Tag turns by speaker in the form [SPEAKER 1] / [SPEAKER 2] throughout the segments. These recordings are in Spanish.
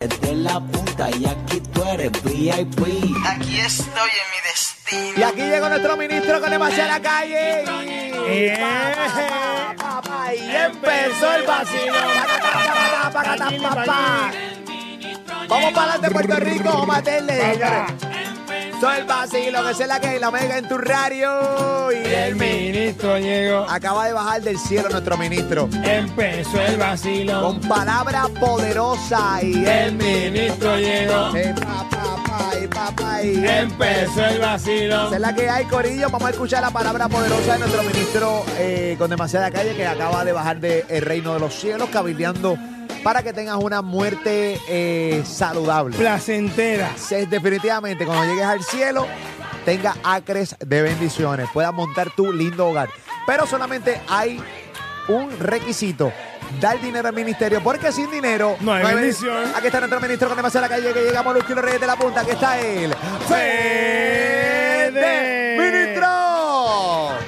[SPEAKER 1] de la punta y aquí tú eres VIP.
[SPEAKER 2] Aquí estoy en mi destino.
[SPEAKER 3] Y aquí llegó nuestro ministro con demasiada calle. Yeah. Y empezó el vacío. Vamos para adelante, Puerto Rico, vamos a meterle, señores. Soy el vacilo, que es la que y la omega en tu radio. Y el
[SPEAKER 4] ministro llegó,
[SPEAKER 3] Acaba de bajar del cielo nuestro ministro.
[SPEAKER 4] empezó el vacilo.
[SPEAKER 3] Con palabra poderosa y el
[SPEAKER 4] ministro llegó,
[SPEAKER 3] Eh, pa, pa, pa, y pa, pa, y-
[SPEAKER 4] empezó el vacilo.
[SPEAKER 3] Esa es la que hay, Corillo. Vamos a escuchar la palabra poderosa de nuestro ministro eh, con demasiada calle que acaba de bajar del reino de los cielos, cabildeando para que tengas una muerte eh, saludable.
[SPEAKER 4] Placentera.
[SPEAKER 3] Se- definitivamente, cuando llegues al cielo, tenga acres de bendiciones, puedas montar tu lindo hogar. Pero solamente hay un requisito. Dar dinero al ministerio, porque sin dinero
[SPEAKER 4] No hay
[SPEAKER 3] ben-
[SPEAKER 4] bendición.
[SPEAKER 3] Aquí está nuestro ministro con demasiada calle que llega Molusco y los Reyes de la Punta. Aquí está él.
[SPEAKER 4] Fede.
[SPEAKER 3] ¡Fede! ¡Ministro!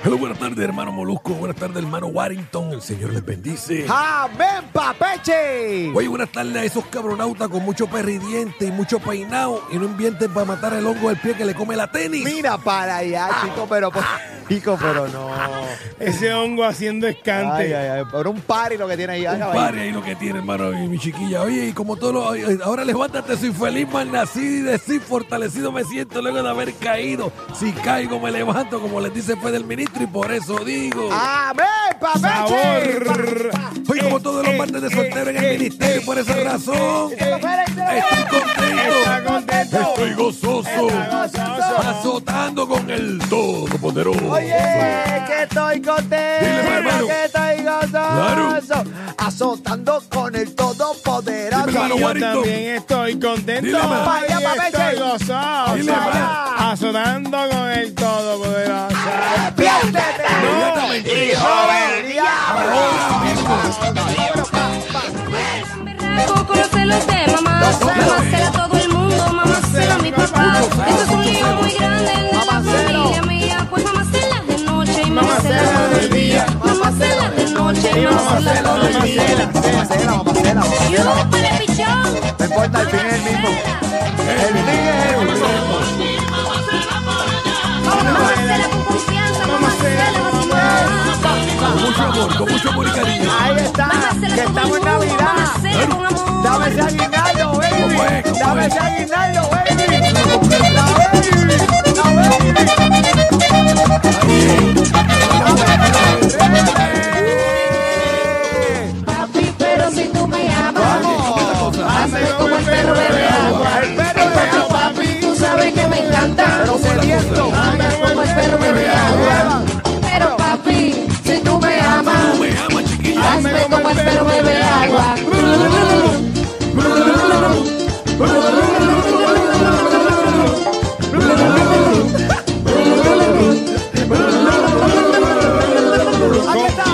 [SPEAKER 5] Hello, buenas tardes, hermano Molusco. Buenas tardes, hermano Warrington. El Señor les bendice.
[SPEAKER 3] ¡Amén, papeche!
[SPEAKER 5] Oye, buenas tardes a esos cabronautas con mucho perridiente y mucho peinado y no invierten para matar el hongo del pie que le come la tenis.
[SPEAKER 3] Mira para allá,
[SPEAKER 6] Ah.
[SPEAKER 3] chico, pero... pues, po- Chico, pero no.
[SPEAKER 4] Ese hongo haciendo
[SPEAKER 3] Ay, ay,
[SPEAKER 4] escante.
[SPEAKER 3] ay, Por un party lo que tiene ahí. Ay,
[SPEAKER 5] Un
[SPEAKER 3] caballero.
[SPEAKER 5] par ahí lo que tiene, hermano, y mi chiquilla. Oye, y como todos los. oye, Ahora levántate, soy feliz, mal nacido y de sí, fortalecido me siento luego de haber caído. Si caigo, me levanto, como les dice Fede el ministro, y por eso digo.
[SPEAKER 3] ¡Amén, papeche!
[SPEAKER 4] Sabor.
[SPEAKER 5] Oye, como todos los
[SPEAKER 4] Eh,
[SPEAKER 5] martes de
[SPEAKER 4] eh,
[SPEAKER 5] soltero en el
[SPEAKER 4] eh,
[SPEAKER 5] ministerio, y por esa
[SPEAKER 4] eh,
[SPEAKER 5] razón.
[SPEAKER 4] eh,
[SPEAKER 5] Estoy contento.
[SPEAKER 4] Está contento.
[SPEAKER 5] Estoy gozoso.
[SPEAKER 4] Está gozoso.
[SPEAKER 5] Azotando con el Todopoderoso.
[SPEAKER 3] Oye, que estoy
[SPEAKER 5] Dile, mi
[SPEAKER 3] contento,
[SPEAKER 5] hermano.
[SPEAKER 3] que estoy gozoso, azotando con el
[SPEAKER 5] Dime,
[SPEAKER 3] todopoderoso.
[SPEAKER 5] hermano.
[SPEAKER 4] Yo
[SPEAKER 5] Guarito.
[SPEAKER 4] también estoy contento.
[SPEAKER 5] Dile, hermano.
[SPEAKER 4] Hoy
[SPEAKER 3] Vaya, papeche.
[SPEAKER 4] estoy gozoso.
[SPEAKER 5] Dile, hermano.
[SPEAKER 4] Azotando con el todopoderoso.
[SPEAKER 3] ¡Despiértete!
[SPEAKER 5] Inmediatamente.
[SPEAKER 3] ¡Hijo del diablo!
[SPEAKER 5] Ahora mismo.
[SPEAKER 6] Poco los celos de mamá, mamacela a todo el mundo, mamacela a mi papá. Esto es un lío muy grande el de la familia mía, pues mamacela de noche y mamacela de día, mamacela de noche y mamacela todo el día.
[SPEAKER 3] Mamacela, mamacela,
[SPEAKER 6] Y
[SPEAKER 3] mamacela.
[SPEAKER 6] un pele pichón,
[SPEAKER 3] No importa, al fin es el mismo. El fin es el mismo.
[SPEAKER 6] mamacela con confianza, mamacela con amor.
[SPEAKER 5] Con mucho amor, con mucho amor y cariño.
[SPEAKER 3] Ahí está, que
[SPEAKER 6] Mamacela con
[SPEAKER 3] estamos en
[SPEAKER 6] amor,
[SPEAKER 3] Navidad.
[SPEAKER 6] mamacela con
[SPEAKER 3] Dame
[SPEAKER 6] amor.
[SPEAKER 3] ese aguinaldo, baby.
[SPEAKER 5] ¿Cómo es? ¿Cómo
[SPEAKER 3] Dame
[SPEAKER 5] es?
[SPEAKER 3] ese aguinaldo, baby. La baby, la baby.
[SPEAKER 6] Papi, pero si tú me amas, hazme como el perro bebe agua.
[SPEAKER 3] El perro de
[SPEAKER 6] Pero papi, tú sabes que me encanta.
[SPEAKER 3] Pero sediento.
[SPEAKER 6] Hazme como el perro bebe agua. Pero papi, si tú me amas,
[SPEAKER 5] Me ama, chiquilla.
[SPEAKER 6] hazme como el perro bebe agua.
[SPEAKER 3] Aquí está.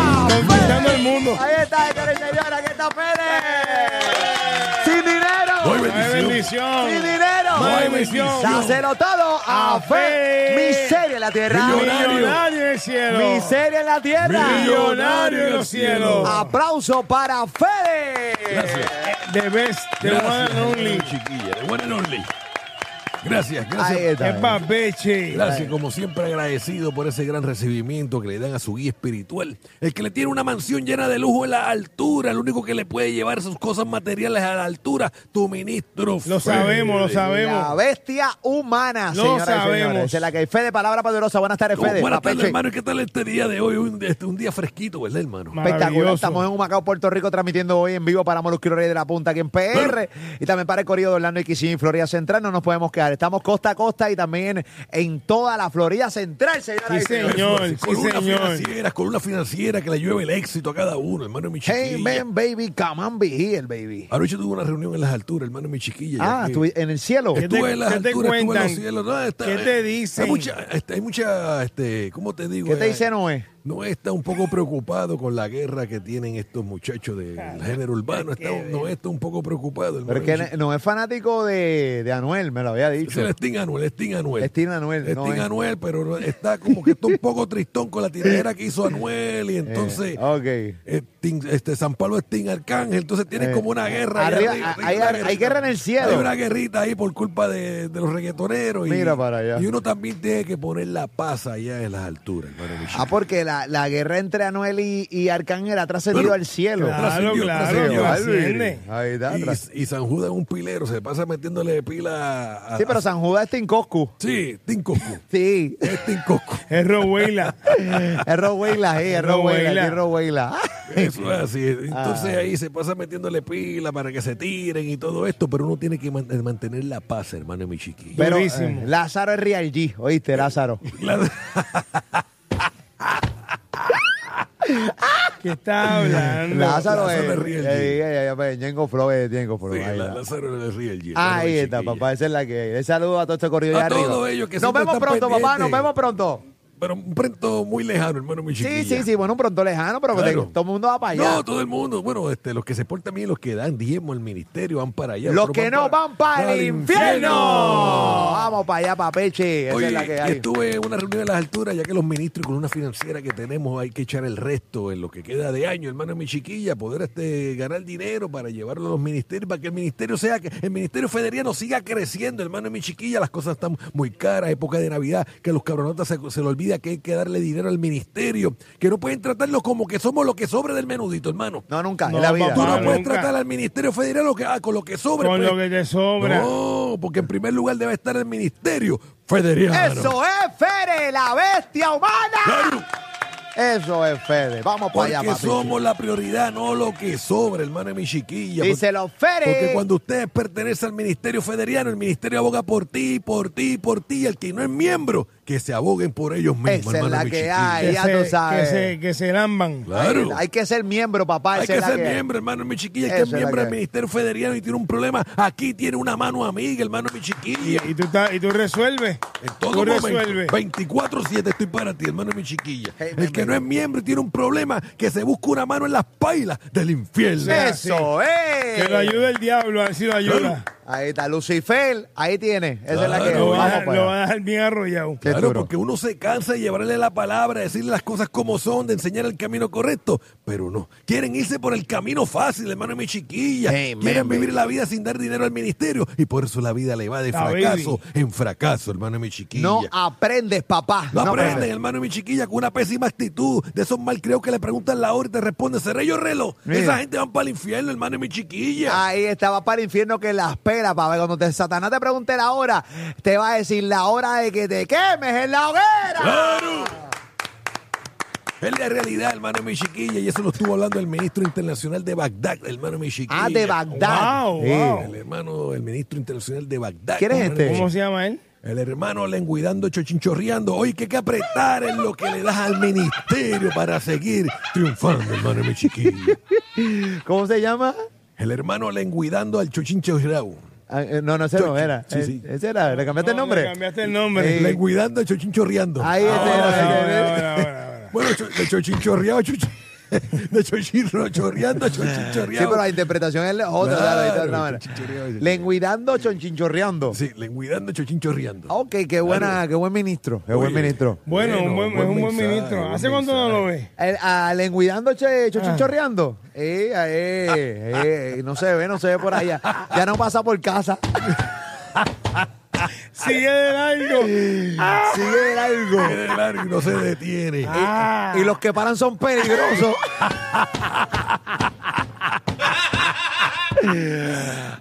[SPEAKER 4] Conquistando el mundo.
[SPEAKER 3] Ahí está, señores y señores, aquí está Pérez. Sin dinero.
[SPEAKER 5] Doy
[SPEAKER 4] Ay,
[SPEAKER 5] bendición.
[SPEAKER 4] bendición.
[SPEAKER 3] Sin dinero.
[SPEAKER 4] No hay bendición.
[SPEAKER 3] Dáselo todo a
[SPEAKER 4] A
[SPEAKER 3] fe.
[SPEAKER 4] fe.
[SPEAKER 3] Miseria en la tierra.
[SPEAKER 5] Millonario.
[SPEAKER 4] Millonario en el cielo.
[SPEAKER 3] Miseria en la tierra.
[SPEAKER 4] Millonario en los cielos.
[SPEAKER 3] Aplauso para Fede.
[SPEAKER 4] The best, the one and only.
[SPEAKER 5] Chiquilla, de one and only.
[SPEAKER 7] Gracias,
[SPEAKER 3] Ahí
[SPEAKER 7] gracias.
[SPEAKER 3] está.
[SPEAKER 6] Es papeche.
[SPEAKER 7] Gracias, como siempre agradecido por ese gran recibimiento que le dan a su guía espiritual. El que le tiene una mansión llena de lujo en la altura, el único que le puede llevar sus cosas materiales a la altura, tu ministro.
[SPEAKER 6] Lo sabemos, lo
[SPEAKER 3] La
[SPEAKER 6] sabemos.
[SPEAKER 3] bestia humana,
[SPEAKER 6] Lo
[SPEAKER 3] señoras y
[SPEAKER 6] sabemos.
[SPEAKER 3] señores. De la que hay Fede, palabra poderosa. Buenas tardes, Fede.
[SPEAKER 7] Buenas tardes,
[SPEAKER 3] Papeche.
[SPEAKER 7] hermano. ¿Qué tal este día de hoy? Un, este, un día fresquito, ¿verdad, hermano?
[SPEAKER 3] Espectacular.
[SPEAKER 6] Maravilloso.
[SPEAKER 3] Estamos en Humacao, Puerto Rico, transmitiendo hoy en vivo para Molusquero Rey de la Punta, aquí en PR. Y también para el Corrido de Orlando y Kissimmee, Florida Central. No nos podemos quedar. Estamos costa a costa y también en toda la Florida Central, señoras y
[SPEAKER 6] Sí,
[SPEAKER 3] señores.
[SPEAKER 6] señor.
[SPEAKER 7] Con
[SPEAKER 6] Sí,
[SPEAKER 7] una
[SPEAKER 6] señor.
[SPEAKER 7] financiera, con una financiera que le llueve el éxito a cada uno, hermano mi chiquilla.
[SPEAKER 3] Hey, man, baby, come on, be here, baby.
[SPEAKER 7] Anoche tuve una reunión en las alturas, hermano mi chiquilla.
[SPEAKER 3] Ah,
[SPEAKER 7] ya que-
[SPEAKER 3] tú en el cielo.
[SPEAKER 6] ¿Qué
[SPEAKER 7] Estuve
[SPEAKER 6] te-
[SPEAKER 7] en las
[SPEAKER 6] qué te
[SPEAKER 7] alturas, estuve en los
[SPEAKER 6] cuentan?
[SPEAKER 7] cielos, ¿no? Está- eh,
[SPEAKER 6] ¿Qué te dicen?
[SPEAKER 7] Hay mucha, este, hay mucha, este, ¿cómo te digo?
[SPEAKER 3] ¿Qué te
[SPEAKER 7] Eh,
[SPEAKER 3] dice Noé?
[SPEAKER 7] Noé está un poco preocupado con la guerra que tienen estos muchachos del género urbano. Está, Noé está un poco preocupado. hermano.
[SPEAKER 3] Pero es que no es fanático de, de Anuel, me lo había
[SPEAKER 7] Es
[SPEAKER 3] dicho.
[SPEAKER 7] el Sting Anuel, Sting Anuel.
[SPEAKER 3] Sting Anuel,
[SPEAKER 7] Sting
[SPEAKER 3] no es.
[SPEAKER 7] Anuel, pero está como que está un poco tristón con la tiradera que hizo Anuel y
[SPEAKER 3] Eh,
[SPEAKER 7] entonces...
[SPEAKER 3] ok.
[SPEAKER 7] eh, Sting- este San Pablo Sting Arcángel, entonces tienen
[SPEAKER 3] Eh,
[SPEAKER 7] como una guerra. ahí
[SPEAKER 3] arriba-
[SPEAKER 7] arriba,
[SPEAKER 3] hay-
[SPEAKER 7] una
[SPEAKER 3] hay
[SPEAKER 7] guerrita.
[SPEAKER 3] guerra en el cielo.
[SPEAKER 7] Hay una guerrita ahí por culpa de, de los reggaetoneros. Y,
[SPEAKER 3] Mira para allá.
[SPEAKER 7] Y uno también tiene que poner la paz allá en las alturas. hermano Michel.
[SPEAKER 3] Ah, porque la, la guerra entre Anuel y, y Arcángel ha trascendido
[SPEAKER 7] Claro.
[SPEAKER 3] al cielo.
[SPEAKER 6] Claro,
[SPEAKER 7] trascendió,
[SPEAKER 6] claro.
[SPEAKER 7] trascendió.
[SPEAKER 6] trasciende.
[SPEAKER 3] Ahí está. tras-
[SPEAKER 7] y, y San Judas es un pilero, se pasa metiéndole pila a.
[SPEAKER 3] Sí, pero
[SPEAKER 7] a-
[SPEAKER 3] San Judas está en Coscu.
[SPEAKER 7] Sí, Tincoco.
[SPEAKER 3] Sí.
[SPEAKER 7] Es Tincoco.
[SPEAKER 6] Es Robuela.
[SPEAKER 3] Es Robuela, sí, es Robuela, es Robuela.
[SPEAKER 7] Eso es así. Entonces
[SPEAKER 3] Ah.
[SPEAKER 7] ahí se pasa metiéndole pila para que se tiren y todo esto, pero uno tiene que man- mantener la paz, hermano mi chiquillo.
[SPEAKER 3] Pero eh,
[SPEAKER 6] Durísimo.
[SPEAKER 3] Lázaro es Real G, oíste, Lázaro.
[SPEAKER 7] La-
[SPEAKER 6] ¿Qué está hablando?
[SPEAKER 3] Lázaro
[SPEAKER 7] Lázaro es
[SPEAKER 3] es.
[SPEAKER 7] Real G.
[SPEAKER 3] eh, eh, eh, eh, Ñengo Flow es Ñengo Flow.
[SPEAKER 7] Sí,
[SPEAKER 3] ahí
[SPEAKER 7] la-
[SPEAKER 3] está.
[SPEAKER 7] Lázaro le ríe el hielo, hermano
[SPEAKER 3] Ahí
[SPEAKER 7] mi
[SPEAKER 3] está,
[SPEAKER 7] chiquilla.
[SPEAKER 3] papá, esa es la que es. Saludos a todo este corrido
[SPEAKER 7] A
[SPEAKER 3] de arriba.
[SPEAKER 7] todos ellos que
[SPEAKER 3] Nos
[SPEAKER 7] siempre
[SPEAKER 3] vemos
[SPEAKER 7] están
[SPEAKER 3] pronto, papá, nos
[SPEAKER 7] pendientes.
[SPEAKER 3] vemos pronto.
[SPEAKER 7] Pero un pronto muy lejano, hermano mi
[SPEAKER 3] Sí,
[SPEAKER 7] chiquilla.
[SPEAKER 3] sí, sí, bueno, un pronto lejano, pero
[SPEAKER 7] Claro.
[SPEAKER 3] te- todo el mundo va para allá.
[SPEAKER 7] No, todo el mundo. Bueno, este, los que se portan bien, los que dan diezmo al ministerio, van para allá.
[SPEAKER 3] Los
[SPEAKER 7] Otros
[SPEAKER 3] que no van para el infierno. Vamos para allá, papeche. Esa
[SPEAKER 7] Oye,
[SPEAKER 3] es la que
[SPEAKER 7] y este
[SPEAKER 3] hay.
[SPEAKER 7] estuve en una reunión de las alturas, ya que los ministros con una financiera que tenemos hay que echar el resto en lo que queda de año, hermano mi chiquilla, poder este ganar dinero para llevarlo a los ministerios, para que el ministerio sea que el ministerio federiano siga creciendo, hermano mi chiquilla, las cosas están muy caras, época de Navidad, que a los cabronotas se, se le olvida que hay que darle dinero al ministerio, que no pueden tratarlos como que somos lo que sobre del menudito, hermano.
[SPEAKER 3] No, nunca,
[SPEAKER 6] No,
[SPEAKER 3] en la vida.
[SPEAKER 7] Tú no
[SPEAKER 6] Ah,
[SPEAKER 7] puedes
[SPEAKER 6] nunca.
[SPEAKER 7] tratar al Ministerio Federal lo que, ah, con lo que sobra.
[SPEAKER 6] Con
[SPEAKER 7] pues.
[SPEAKER 6] lo que te sobra.
[SPEAKER 7] No, porque en primer lugar debe estar el Ministerio Federal.
[SPEAKER 3] Eso es Fede, la bestia humana.
[SPEAKER 7] Claro,
[SPEAKER 3] Eso es Fede. Vamos para
[SPEAKER 7] porque
[SPEAKER 3] allá, papeche.
[SPEAKER 7] somos la prioridad, no lo que sobra, hermano de mi chiquilla.
[SPEAKER 3] Díselo,
[SPEAKER 7] Porque-
[SPEAKER 3] Fere.
[SPEAKER 7] Porque cuando usted pertenece al Ministerio Federal, el Ministerio aboga por ti, por ti, por ti. Y el que no es miembro, que se aboguen por ellos mismos,
[SPEAKER 3] Esa es
[SPEAKER 7] hermano de
[SPEAKER 3] la
[SPEAKER 7] mi
[SPEAKER 3] que
[SPEAKER 7] chiquilla.
[SPEAKER 3] hay. ya tú sabes.
[SPEAKER 6] Que se, que se lamban.
[SPEAKER 7] Claro.
[SPEAKER 3] Hay que ser miembro, papá.
[SPEAKER 7] Hay
[SPEAKER 3] esa
[SPEAKER 7] que
[SPEAKER 3] es la
[SPEAKER 7] ser
[SPEAKER 3] hay.
[SPEAKER 7] miembro, hermano, mi chiquilla. Hay
[SPEAKER 3] Esa
[SPEAKER 7] que
[SPEAKER 3] es
[SPEAKER 7] ser
[SPEAKER 3] la
[SPEAKER 7] miembro
[SPEAKER 3] que
[SPEAKER 7] del
[SPEAKER 3] hay.
[SPEAKER 7] Ministerio Federal y tiene un problema. Aquí tiene una mano amiga, hermano, mi chiquilla.
[SPEAKER 6] Y tú, estás- y tú resuelves.
[SPEAKER 7] En todo
[SPEAKER 6] tú
[SPEAKER 7] momento,
[SPEAKER 6] resuelves.
[SPEAKER 7] 24-7 estoy para ti, hermano, mi chiquilla.
[SPEAKER 3] Hey,
[SPEAKER 7] el que
[SPEAKER 3] man,
[SPEAKER 7] no es miembro y tiene un problema, que se busca una mano en las pailas del infierno.
[SPEAKER 3] Eso es.
[SPEAKER 6] Que lo ayude el diablo, a ver si lo ayuda.
[SPEAKER 3] Ahí está, Lucifer. Ahí tiene. Esa es la que
[SPEAKER 7] Claro,
[SPEAKER 6] Lo
[SPEAKER 3] Vamos
[SPEAKER 6] va, a
[SPEAKER 3] para
[SPEAKER 6] dejar- lo va
[SPEAKER 3] allá.
[SPEAKER 6] a dejar bien arrollado.
[SPEAKER 3] Qué
[SPEAKER 7] Claro,
[SPEAKER 3] duro.
[SPEAKER 7] porque uno se cansa de llevarle la palabra, de decirle las cosas como son, de enseñar el camino correcto, pero no. Quieren irse por el camino fácil, hermano mi chiquilla.
[SPEAKER 3] Hey, man,
[SPEAKER 7] Quieren
[SPEAKER 3] baby.
[SPEAKER 7] vivir la vida sin dar dinero al ministerio y por eso la vida le va de
[SPEAKER 6] La
[SPEAKER 7] fracaso en fracaso, hermano mi chiquilla.
[SPEAKER 3] No ah. aprendes, papá.
[SPEAKER 7] No aprenden,
[SPEAKER 3] aprendes.
[SPEAKER 7] hermano, mi chiquilla, con una pésima actitud. De esos malcreos que le preguntan la hora y te responden, seré yo reloj.
[SPEAKER 3] Mira.
[SPEAKER 7] Esa gente van para el infierno, hermano, mi chiquilla.
[SPEAKER 3] Ahí estaba para el infierno que la espera, papá. Cuando te, Satanás te pregunte la hora, te va a decir la hora de que te quemes en la hoguera.
[SPEAKER 7] ¡Claro! Es la realidad, hermano, mi chiquilla. Y eso lo estuvo hablando el ministro internacional de Bagdad, hermano, mi chiquilla.
[SPEAKER 3] Ah, de Bagdad.
[SPEAKER 6] Wow,
[SPEAKER 3] Sí.
[SPEAKER 6] wow.
[SPEAKER 7] El hermano, el ministro internacional de Bagdad.
[SPEAKER 3] ¿Quién es
[SPEAKER 7] hermano,
[SPEAKER 3] este?
[SPEAKER 7] mi
[SPEAKER 6] ¿Cómo se llama él?
[SPEAKER 7] El hermano lenguidando, chochinchorreando. Oye, que hay que apretar en lo que le das al ministerio para seguir triunfando, hermano, mi chiquilla.
[SPEAKER 3] ¿Cómo se llama?
[SPEAKER 7] El hermano lenguidando al chochinchorreado.
[SPEAKER 3] Ah, eh, No, no, ese no era.
[SPEAKER 7] Sí, sí.
[SPEAKER 3] Eh, Ese era. ¿Le cambiaste el
[SPEAKER 6] No,
[SPEAKER 3] nombre?
[SPEAKER 6] Le cambiaste el nombre.
[SPEAKER 7] Lenguidando al chochinchorreando.
[SPEAKER 3] Ahí este
[SPEAKER 6] Ahora,
[SPEAKER 3] era. ese
[SPEAKER 6] ahora,
[SPEAKER 3] era.
[SPEAKER 6] ahora, ahora, ahora.
[SPEAKER 7] Bueno, cho- de chochinchorreado a chochi- de chochinchorreando a
[SPEAKER 3] Sí, pero
[SPEAKER 7] chochinchorreado.
[SPEAKER 3] la interpretación es otra.
[SPEAKER 7] Claro,
[SPEAKER 3] de otra manera.
[SPEAKER 7] chichinchorreado, sí.
[SPEAKER 3] Lenguidando, chonchinchorreando.
[SPEAKER 7] Sí, lenguidando a chochinchorreando.
[SPEAKER 3] Ok, qué buena, qué buen ministro. Qué buen
[SPEAKER 7] Oye.
[SPEAKER 3] ministro.
[SPEAKER 6] Bueno,
[SPEAKER 7] Bueno,
[SPEAKER 6] un buen-
[SPEAKER 7] buen
[SPEAKER 6] es un buen
[SPEAKER 7] mensaje,
[SPEAKER 6] ministro.
[SPEAKER 7] buen
[SPEAKER 6] ¿Hace cuánto no lo Ah. ves?
[SPEAKER 3] El- a lenguidando, che, chonchinchorreando. Eh, eh, eh, no se ve, no se ve por allá. Ya no pasa por casa.
[SPEAKER 6] Sigue de largo.
[SPEAKER 3] Ah. Sigue de largo. Eh,
[SPEAKER 7] Tiene largo y no se detiene.
[SPEAKER 3] Y los que paran son peligrosos.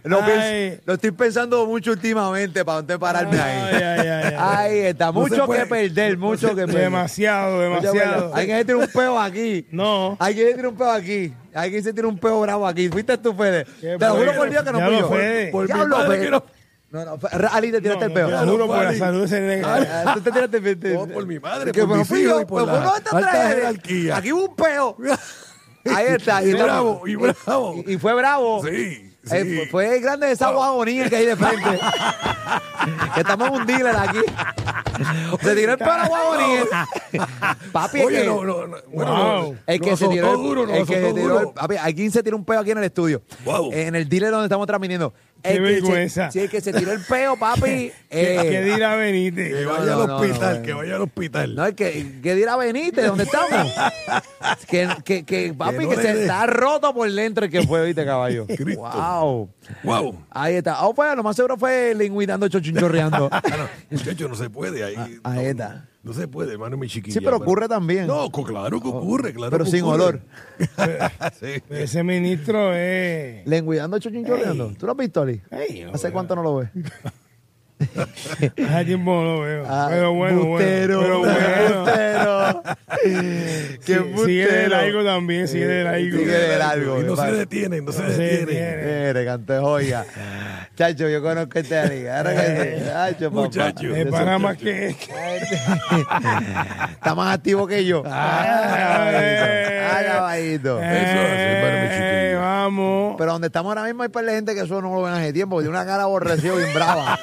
[SPEAKER 3] Lo, pienso-
[SPEAKER 6] Ay.
[SPEAKER 3] lo estoy pensando mucho últimamente para no pararme ahí.
[SPEAKER 6] Ay, ay, ay, ay.
[SPEAKER 3] Ahí está.
[SPEAKER 7] No se
[SPEAKER 3] Mucho
[SPEAKER 7] puede.
[SPEAKER 3] que perder, mucho que perder.
[SPEAKER 6] Demasiado,
[SPEAKER 3] Mucho que Ah, perder.
[SPEAKER 6] demasiado.
[SPEAKER 3] Alguien se tiene un peo aquí.
[SPEAKER 6] No.
[SPEAKER 3] Alguien se tiene un peo aquí. Alguien se tiene un peo bravo aquí. Fuiste tú, Fede. Te lo
[SPEAKER 6] Fede.
[SPEAKER 3] juro por Dios que no
[SPEAKER 6] Ya
[SPEAKER 3] fui
[SPEAKER 6] lo,
[SPEAKER 3] yo.
[SPEAKER 6] Fede.
[SPEAKER 3] Por
[SPEAKER 7] Por mi
[SPEAKER 3] Diablo,
[SPEAKER 7] madre
[SPEAKER 3] Fede.
[SPEAKER 7] que no.
[SPEAKER 3] No, no, Fe- Ali, te tiraste
[SPEAKER 6] No,
[SPEAKER 3] el peo.
[SPEAKER 6] no, te lo juro por la
[SPEAKER 7] Vale.
[SPEAKER 6] salud se nega.
[SPEAKER 3] Ah, tú te tiraste el peo.
[SPEAKER 7] No, por mi madre,
[SPEAKER 3] Que
[SPEAKER 7] por
[SPEAKER 3] no
[SPEAKER 7] mis
[SPEAKER 3] fui
[SPEAKER 7] hijos
[SPEAKER 3] yo, pues,
[SPEAKER 7] y por
[SPEAKER 3] pero
[SPEAKER 7] la
[SPEAKER 3] no te
[SPEAKER 7] alta
[SPEAKER 3] traes.
[SPEAKER 7] jerarquía.
[SPEAKER 3] Aquí hubo un peo. Ahí está.
[SPEAKER 7] Y
[SPEAKER 3] está- Eh,
[SPEAKER 7] bravo, y bravo.
[SPEAKER 3] Y, y fue bravo.
[SPEAKER 7] Sí, sí.
[SPEAKER 3] Eh, fue- fue el grande de esa guagonía que hay de frente. que estamos en un dealer aquí. Se tiró el pelo a la guagonía. Papi, es
[SPEAKER 7] Oye,
[SPEAKER 3] que- Oh.
[SPEAKER 7] no, no, no. Bueno,
[SPEAKER 6] Wow.
[SPEAKER 7] no,
[SPEAKER 3] el que
[SPEAKER 7] no
[SPEAKER 3] se tiró
[SPEAKER 7] azotó
[SPEAKER 3] el,
[SPEAKER 7] duro, no
[SPEAKER 3] el que
[SPEAKER 7] azotó
[SPEAKER 3] se tiró
[SPEAKER 7] duro.
[SPEAKER 3] el- papi, alguien se tiró un peo aquí en el estudio.
[SPEAKER 7] Wow.
[SPEAKER 3] En el dealer donde estamos transmitiendo.
[SPEAKER 6] Qué
[SPEAKER 3] El que se-
[SPEAKER 6] vergüenza.
[SPEAKER 3] Si el que se tiró el peo, papi. eh,
[SPEAKER 6] ¿Qué dirá
[SPEAKER 7] Que
[SPEAKER 6] Benítez?
[SPEAKER 3] No,
[SPEAKER 7] vaya
[SPEAKER 3] no,
[SPEAKER 7] al
[SPEAKER 3] no,
[SPEAKER 7] hospital,
[SPEAKER 3] no,
[SPEAKER 7] que
[SPEAKER 3] no.
[SPEAKER 7] vaya al hospital.
[SPEAKER 3] No, el que, que dirá Benítez, ¿dónde estamos? que, que, que, papi, que,
[SPEAKER 7] no le
[SPEAKER 3] se
[SPEAKER 7] dé.
[SPEAKER 3] está roto por dentro el que fue, viste, caballo.
[SPEAKER 7] Cristo.
[SPEAKER 3] Wow.
[SPEAKER 7] Wow.
[SPEAKER 3] Ahí está. Ah, pues, lo más seguro fue lingüidando, chochunchorreando.
[SPEAKER 7] Ah, no, muchacho, no se puede ahí. no,
[SPEAKER 3] Ah, ahí está.
[SPEAKER 7] No se puede, hermano, mi chiquilla.
[SPEAKER 3] Sí, pero ocurre también.
[SPEAKER 7] No, co- claro que ocurre, claro.
[SPEAKER 3] Pero
[SPEAKER 7] que
[SPEAKER 3] sin
[SPEAKER 7] ocurre.
[SPEAKER 3] olor.
[SPEAKER 7] sí.
[SPEAKER 6] Ese ministro es.
[SPEAKER 3] Lengüidando, chochunchorreando. ¿Tú lo has visto, Ali?
[SPEAKER 6] Ey, yo
[SPEAKER 3] ¿Hace
[SPEAKER 6] veo.
[SPEAKER 3] cuánto no lo ves?
[SPEAKER 6] Hace tiempo no lo veo.
[SPEAKER 3] Ah,
[SPEAKER 6] Pero bueno, bueno.
[SPEAKER 3] bustero,
[SPEAKER 6] Pero bueno.
[SPEAKER 3] bustero. Qué
[SPEAKER 6] Sí, Sigue de
[SPEAKER 3] bustero.
[SPEAKER 6] largo también, sigue de largo.
[SPEAKER 3] Sigue de largo.
[SPEAKER 7] Y no se
[SPEAKER 3] compadre.
[SPEAKER 7] detiene,
[SPEAKER 3] Eh.
[SPEAKER 7] no se
[SPEAKER 6] se
[SPEAKER 7] detiene.
[SPEAKER 6] detiene.
[SPEAKER 3] Mire, canto joya. Chacho, yo conozco este Ali. Ahora que- Chacho, papá.
[SPEAKER 7] Muchacho.
[SPEAKER 6] Es para más que.
[SPEAKER 3] Está más activo que
[SPEAKER 1] Ah,
[SPEAKER 3] yo. Ay, caballito.
[SPEAKER 7] Eso es, hermano, mi
[SPEAKER 6] Eh,
[SPEAKER 7] chiquilla.
[SPEAKER 1] ah.
[SPEAKER 6] Vamos.
[SPEAKER 3] Pero donde estamos ahora mismo hay par de gente que eso no lo ven hace tiempo. Tiene una cara aborrecida bien brava.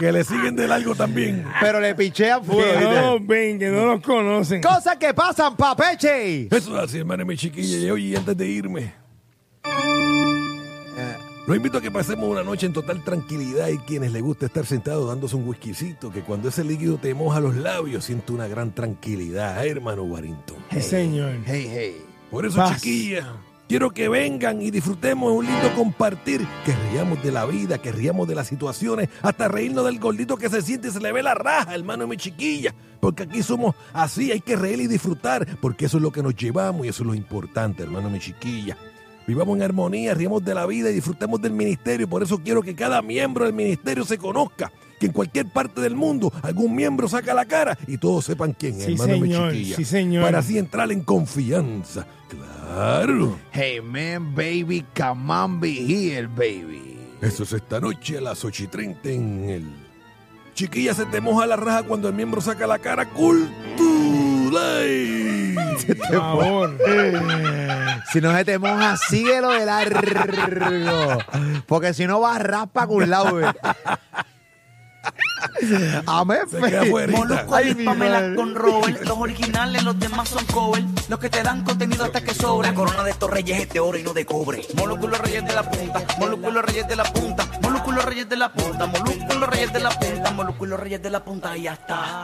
[SPEAKER 7] Que le siguen de largo también.
[SPEAKER 3] Pero le pichean full.
[SPEAKER 6] Que
[SPEAKER 3] ¿viste?
[SPEAKER 6] no los ven, que no los conocen.
[SPEAKER 3] Cosas que pasan, papeche.
[SPEAKER 7] Eso es así, hermano, mi chiquilla. Y hoy, antes de irme, los invito a que pasemos una noche en total tranquilidad y quienes les gusta estar sentados dándose un whiskycito, que cuando ese líquido te moja los labios, siento una gran tranquilidad, Ay, hermano Warrington.
[SPEAKER 6] Sí, señor.
[SPEAKER 3] Hey, hey.
[SPEAKER 7] Por eso,
[SPEAKER 6] Paz.
[SPEAKER 7] chiquillas, quiero que vengan y disfrutemos un lindo compartir, que riamos de la vida, que riamos de las situaciones, hasta reírnos del gordito que se siente y se le ve la raja, hermano de mi chiquilla. Porque aquí somos así, hay que reír y disfrutar, porque eso es lo que nos llevamos y eso es lo importante, hermano de mi chiquilla. Vivamos en armonía, riamos de la vida y disfrutemos del ministerio. Por eso quiero que cada miembro del ministerio se conozca. Que en cualquier parte del mundo algún miembro saca la cara y todos sepan quién es,
[SPEAKER 6] Sí,
[SPEAKER 7] hermano de mi
[SPEAKER 6] señor,
[SPEAKER 7] chiquilla.
[SPEAKER 6] sí, señor.
[SPEAKER 7] Para así entrar en confianza. Claro.
[SPEAKER 1] Hey man, baby, come on, be here, baby.
[SPEAKER 7] Eso es esta noche a las 8 y 30 en el. Chiquilla, se te moja la raja cuando el miembro saca la cara. ¡Cultura!
[SPEAKER 6] Por favor.
[SPEAKER 3] Si no se te moja, síguelo de largo. Porque si no vas raspa con un lado. ¿eh? Amén,
[SPEAKER 7] Se queda
[SPEAKER 3] fe.
[SPEAKER 7] fuerita.
[SPEAKER 3] Ay, mi
[SPEAKER 5] Pamela
[SPEAKER 3] madre.
[SPEAKER 5] con Robert, los originales, los demás son cover. Los que te dan contenido hasta que sobra. La corona de estos reyes es de oro y no de cobre. Molúsculos reyes de la punta, molúsculos reyes de la punta, molúsculos reyes de la punta, molúsculos reyes de la punta, molúsculos reyes de la punta y ya está.